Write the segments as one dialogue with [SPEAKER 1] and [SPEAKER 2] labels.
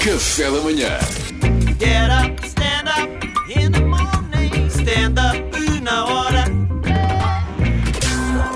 [SPEAKER 1] Café da manhã.
[SPEAKER 2] Get up, stand up in the morning. Stand up na hora.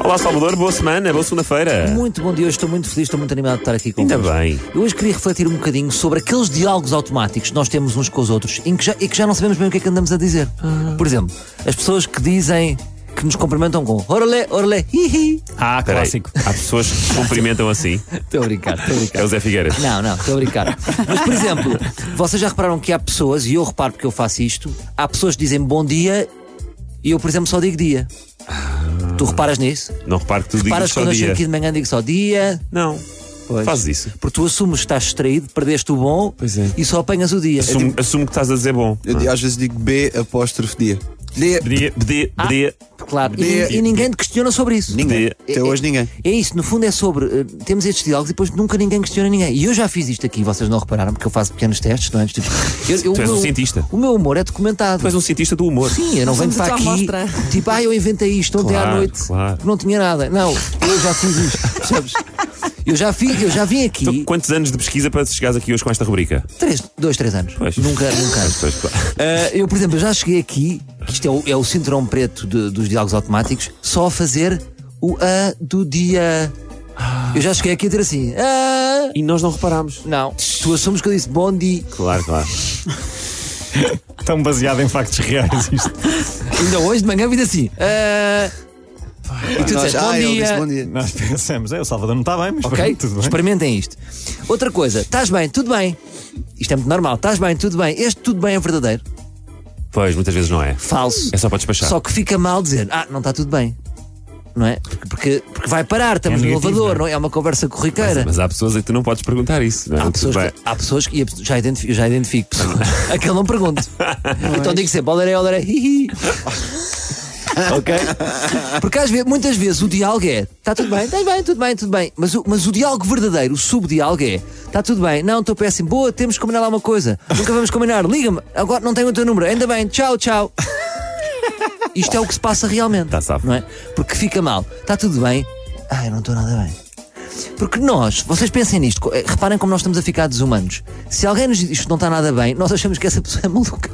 [SPEAKER 3] Olá Salvador, boa semana, boa segunda-feira.
[SPEAKER 4] Muito bom dia, hoje estou muito feliz, estou muito animado de estar aqui com
[SPEAKER 3] Ainda bem.
[SPEAKER 4] Eu hoje queria refletir um bocadinho sobre aqueles diálogos automáticos que nós temos uns com os outros em que já, e que já não sabemos bem o que é que andamos a dizer.
[SPEAKER 3] Ah.
[SPEAKER 4] Por exemplo, as pessoas que dizem que nos cumprimentam com orale, orale, hihi.
[SPEAKER 3] Ah, clássico. Há pessoas que se cumprimentam assim.
[SPEAKER 4] Estou a brincar, estou a
[SPEAKER 3] É
[SPEAKER 4] brincar.
[SPEAKER 3] o Zé Figueiras.
[SPEAKER 4] Não, não, estou a brincar. Mas, por exemplo, vocês já repararam que há pessoas, e eu reparo porque eu faço isto, há pessoas que dizem bom dia e eu, por exemplo, só digo dia. Tu reparas nisso?
[SPEAKER 3] Não repare que tu digas
[SPEAKER 4] Reparas
[SPEAKER 3] Ah. só
[SPEAKER 4] quando eu chego
[SPEAKER 3] dia.
[SPEAKER 4] aqui de manhã e digo só dia.
[SPEAKER 3] Não.
[SPEAKER 4] Pois. É
[SPEAKER 3] Fazes isso.
[SPEAKER 4] Porque tu assumes que estás distraído, perdeste o bom
[SPEAKER 3] Pois é.
[SPEAKER 4] e só apanhas o dia.
[SPEAKER 3] Assumo, assumo que estás a dizer bom.
[SPEAKER 4] Ah.
[SPEAKER 5] Eu di- às vezes digo B apóstrofe dia.
[SPEAKER 4] É,
[SPEAKER 5] Dia.
[SPEAKER 3] Pedia, pedia, pedia.
[SPEAKER 4] tipo, Claro, e,
[SPEAKER 5] Dia.
[SPEAKER 4] nin- e ninguém te questiona sobre isso. É-
[SPEAKER 5] Ninguém.
[SPEAKER 3] Então
[SPEAKER 5] Até
[SPEAKER 4] é-
[SPEAKER 5] hoje ninguém.
[SPEAKER 4] É isso, no fundo é sobre. eh, temos estes diálogos e depois nunca ninguém questiona ninguém. E eu já fiz isto aqui, vocês não repararam, porque eu faço pequenos testes, não é? Antes de- Eu, eu-
[SPEAKER 3] Tu és
[SPEAKER 4] o
[SPEAKER 3] um
[SPEAKER 4] meu-
[SPEAKER 3] cientista.
[SPEAKER 4] O meu humor é documentado.
[SPEAKER 3] Tu és um cientista do humor.
[SPEAKER 4] Sim, eu não venho
[SPEAKER 6] somos a
[SPEAKER 4] para aqui.
[SPEAKER 6] tua amostra.
[SPEAKER 4] Tipo, ah, eu inventei isto ontem à
[SPEAKER 3] Claro,
[SPEAKER 4] noite.
[SPEAKER 3] claro.
[SPEAKER 4] porque Não tinha nada. Não, eu já fiz isto, percebes? Eu já, fiz, eu já vim aqui.
[SPEAKER 3] Então, quantos anos de pesquisa para chegares aqui hoje com esta rubrica?
[SPEAKER 4] Três, dois, três anos.
[SPEAKER 3] Pois.
[SPEAKER 4] Nunca, nunca.
[SPEAKER 3] Pois, pois, claro.
[SPEAKER 4] Ah, eu, por exemplo, já cheguei aqui, que isto é o, é o cinturão preto de- dos diálogos automáticos, só a fazer o A do dia. Eu já cheguei aqui a dizer assim. "Ah".
[SPEAKER 3] E nós não reparámos.
[SPEAKER 4] Não, tu assumes que eu disse bom dia.
[SPEAKER 3] Claro, claro.
[SPEAKER 7] Tão baseado em factos reais isto.
[SPEAKER 4] Ainda hoje de manhã vim assim. "Ah". E tu
[SPEAKER 5] Nós,
[SPEAKER 4] disseste bom
[SPEAKER 5] ah, ele disse
[SPEAKER 4] dia.
[SPEAKER 5] bom dia.
[SPEAKER 7] Nós pensamos, é, o Salvador não está bem, mas
[SPEAKER 4] Ok?
[SPEAKER 7] pronto, tudo bem.
[SPEAKER 4] Experimentem isto. Outra coisa, estás bem, tudo bem. Isto é muito normal, estás bem, tudo bem. Este tudo bem é verdadeiro.
[SPEAKER 3] Pois, muitas vezes não é.
[SPEAKER 4] Falso.
[SPEAKER 3] É só para despachar.
[SPEAKER 4] Só que fica mal dizer, ah, não está tudo bem. Não é? Porque, porque, porque vai parar, estamos
[SPEAKER 7] É
[SPEAKER 4] no
[SPEAKER 7] negativo,
[SPEAKER 4] elevador,
[SPEAKER 7] não
[SPEAKER 4] não é? É uma conversa corriqueira.
[SPEAKER 3] Mas há pessoas a que tu não podes perguntar isso. Não é?
[SPEAKER 4] Há pessoas,
[SPEAKER 3] Vai-
[SPEAKER 4] que, há pessoas que e eu já identifico, já identifico pessoas. a que eu não pergunto. então digo sempre, olerei, olerei, hihi. ok? Porque às vezes, muitas vezes o diálogo é está tudo bem, estás bem, tudo bem, tudo bem. Mas o, mas o diálogo verdadeiro, o subdiálogo é está tudo bem, não, estou péssimo, boa, temos que combinar lá uma coisa, nunca vamos combinar, liga-me, agora não tenho o teu número, ainda bem, tchau, tchau. Isto é o que se passa realmente.
[SPEAKER 3] Tá safo.
[SPEAKER 4] não é? Porque fica mal, está tudo bem, ah, eu não estou nada bem. Porque nós, vocês pensem nisto, co- eh, reparem como nós estamos a ficar desumanos. Se alguém nos diz isto não está nada bem, nós achamos que essa pessoa é maluca.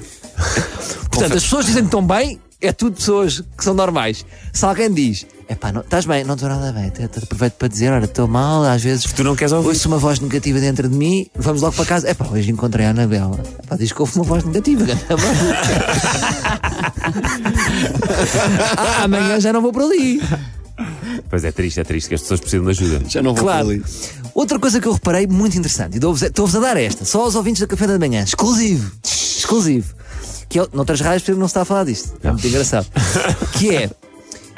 [SPEAKER 4] Portanto, as pessoas dizem que estão bem, é tudo pessoas que são normais. Se alguém diz, epá, não- estás bem, não estou nada bem, até, até aproveito para dizer, olha, estou mal, às vezes.
[SPEAKER 3] Tu não queres ouvir.
[SPEAKER 4] Ouço uma voz negativa dentro de mim, vamos logo para casa. Epá, hoje encontrei a Anabela. Epá, diz que houve uma voz negativa. grande maluca. ah, amanhã já não vou por ali.
[SPEAKER 3] Pois é, triste, é triste que as pessoas precisam de ajuda.
[SPEAKER 5] Já não vou
[SPEAKER 4] Claro.
[SPEAKER 5] para ali.
[SPEAKER 4] Outra coisa que eu reparei muito interessante, e dou-vos- estou-vos a dar esta, só aos ouvintes da Café da Manhã, exclusivo, exclusivo, que é, noutras rádios por exemplo, não se está a falar disto, é
[SPEAKER 3] Ah.
[SPEAKER 4] muito engraçado, que é,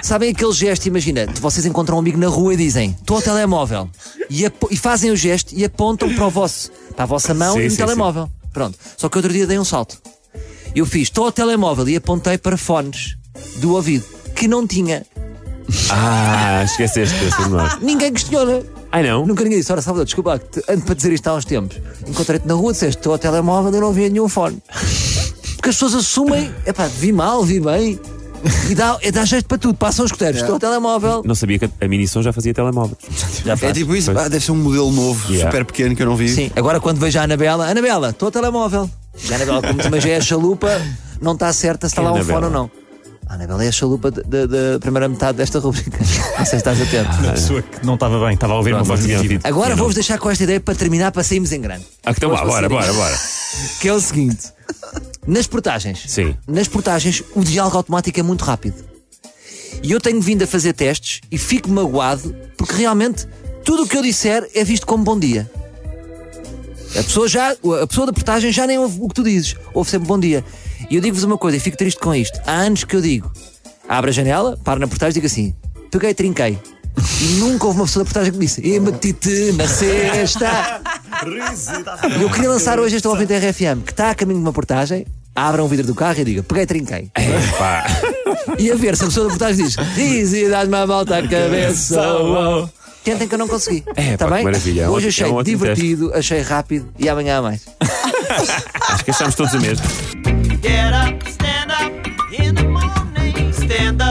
[SPEAKER 4] sabem aquele gesto, imagina, vocês encontram um amigo na rua e dizem, estou ao telemóvel, e, apo- e fazem o gesto e apontam para, o vosso, para a vossa mão
[SPEAKER 3] Sim,
[SPEAKER 4] e no
[SPEAKER 3] sim,
[SPEAKER 4] telemóvel, pronto, só que outro dia dei um salto, eu fiz, estou ao telemóvel e apontei para fones do ouvido, que não tinha,
[SPEAKER 3] Ah, esqueceste essa de nós.
[SPEAKER 4] ninguém questiona,
[SPEAKER 3] Ai não?
[SPEAKER 4] Nunca ninguém disse, ora Salvador, desculpa, lá, que te- ando para dizer isto há uns tempos. Encontrei-te na rua, disseste, estou ao telemóvel e não vi nenhum fone. Porque as pessoas assumem, epá, vi mal, vi bem. E dá, e dá jeito para tudo, passam os
[SPEAKER 3] É.
[SPEAKER 4] escuteiros, estou ao telemóvel.
[SPEAKER 3] Não sabia que a a Minisom já fazia telemóveis.
[SPEAKER 4] Já
[SPEAKER 5] É tipo isso,
[SPEAKER 3] Pois.
[SPEAKER 5] ah, deve ser um modelo novo,
[SPEAKER 3] Yeah.
[SPEAKER 5] super pequeno que eu não vi.
[SPEAKER 4] Sim, agora quando vejo a Anabela, Anabela, estou ao telemóvel. E a Anabela, como também já é a chalupa, não está certa se está
[SPEAKER 3] Quem é
[SPEAKER 4] lá um
[SPEAKER 3] Anabela?
[SPEAKER 4] fone ou não. A Anabela é a chalupa da- da da primeira metade desta rubrica. Não sei se estás atento.
[SPEAKER 7] Uma pessoa que não estava bem, estava a ouvir uma voz
[SPEAKER 3] tinha
[SPEAKER 7] negativa.
[SPEAKER 3] ouvido.
[SPEAKER 4] Agora vou-vos deixar com esta ideia para terminar, para sairmos em grande.
[SPEAKER 3] Ah, então vá, bora, bora, bora.
[SPEAKER 4] que é o seguinte: nas portagens,
[SPEAKER 3] Sim.
[SPEAKER 4] nas portagens, o diálogo automático é muito rápido. E eu tenho vindo a fazer testes e fico magoado porque realmente tudo o que eu disser é visto como bom dia. A pessoa, já, a pessoa da portagem já nem ouve o que tu dizes, ouve sempre bom dia. E eu digo-vos uma coisa, e fico triste com isto. Há anos que eu digo: abro a janela, paro na portagem e digo assim: peguei, trinquei. E nunca houve uma pessoa da portagem que me disse: e meti-te na cesta. E Eu queria lançar hoje este ouvinte da RFM que está a caminho de uma portagem, abra um vidro do carro e diga: peguei, trinquei.
[SPEAKER 3] Pá.
[SPEAKER 4] E a ver se a pessoa da portagem diz: diz e dá-me uma volta à cabeça. oh, oh." Tentem que eu não consegui.
[SPEAKER 3] É,
[SPEAKER 4] Tá
[SPEAKER 3] pá, que
[SPEAKER 4] bem?
[SPEAKER 3] maravilha. É um ótimo-
[SPEAKER 4] Hoje achei
[SPEAKER 3] é um ótimo
[SPEAKER 4] divertido, achei rápido e amanhã há mais.
[SPEAKER 3] Acho que achamos todos o mesmo.
[SPEAKER 2] Get up, stand up in the morning. Stand up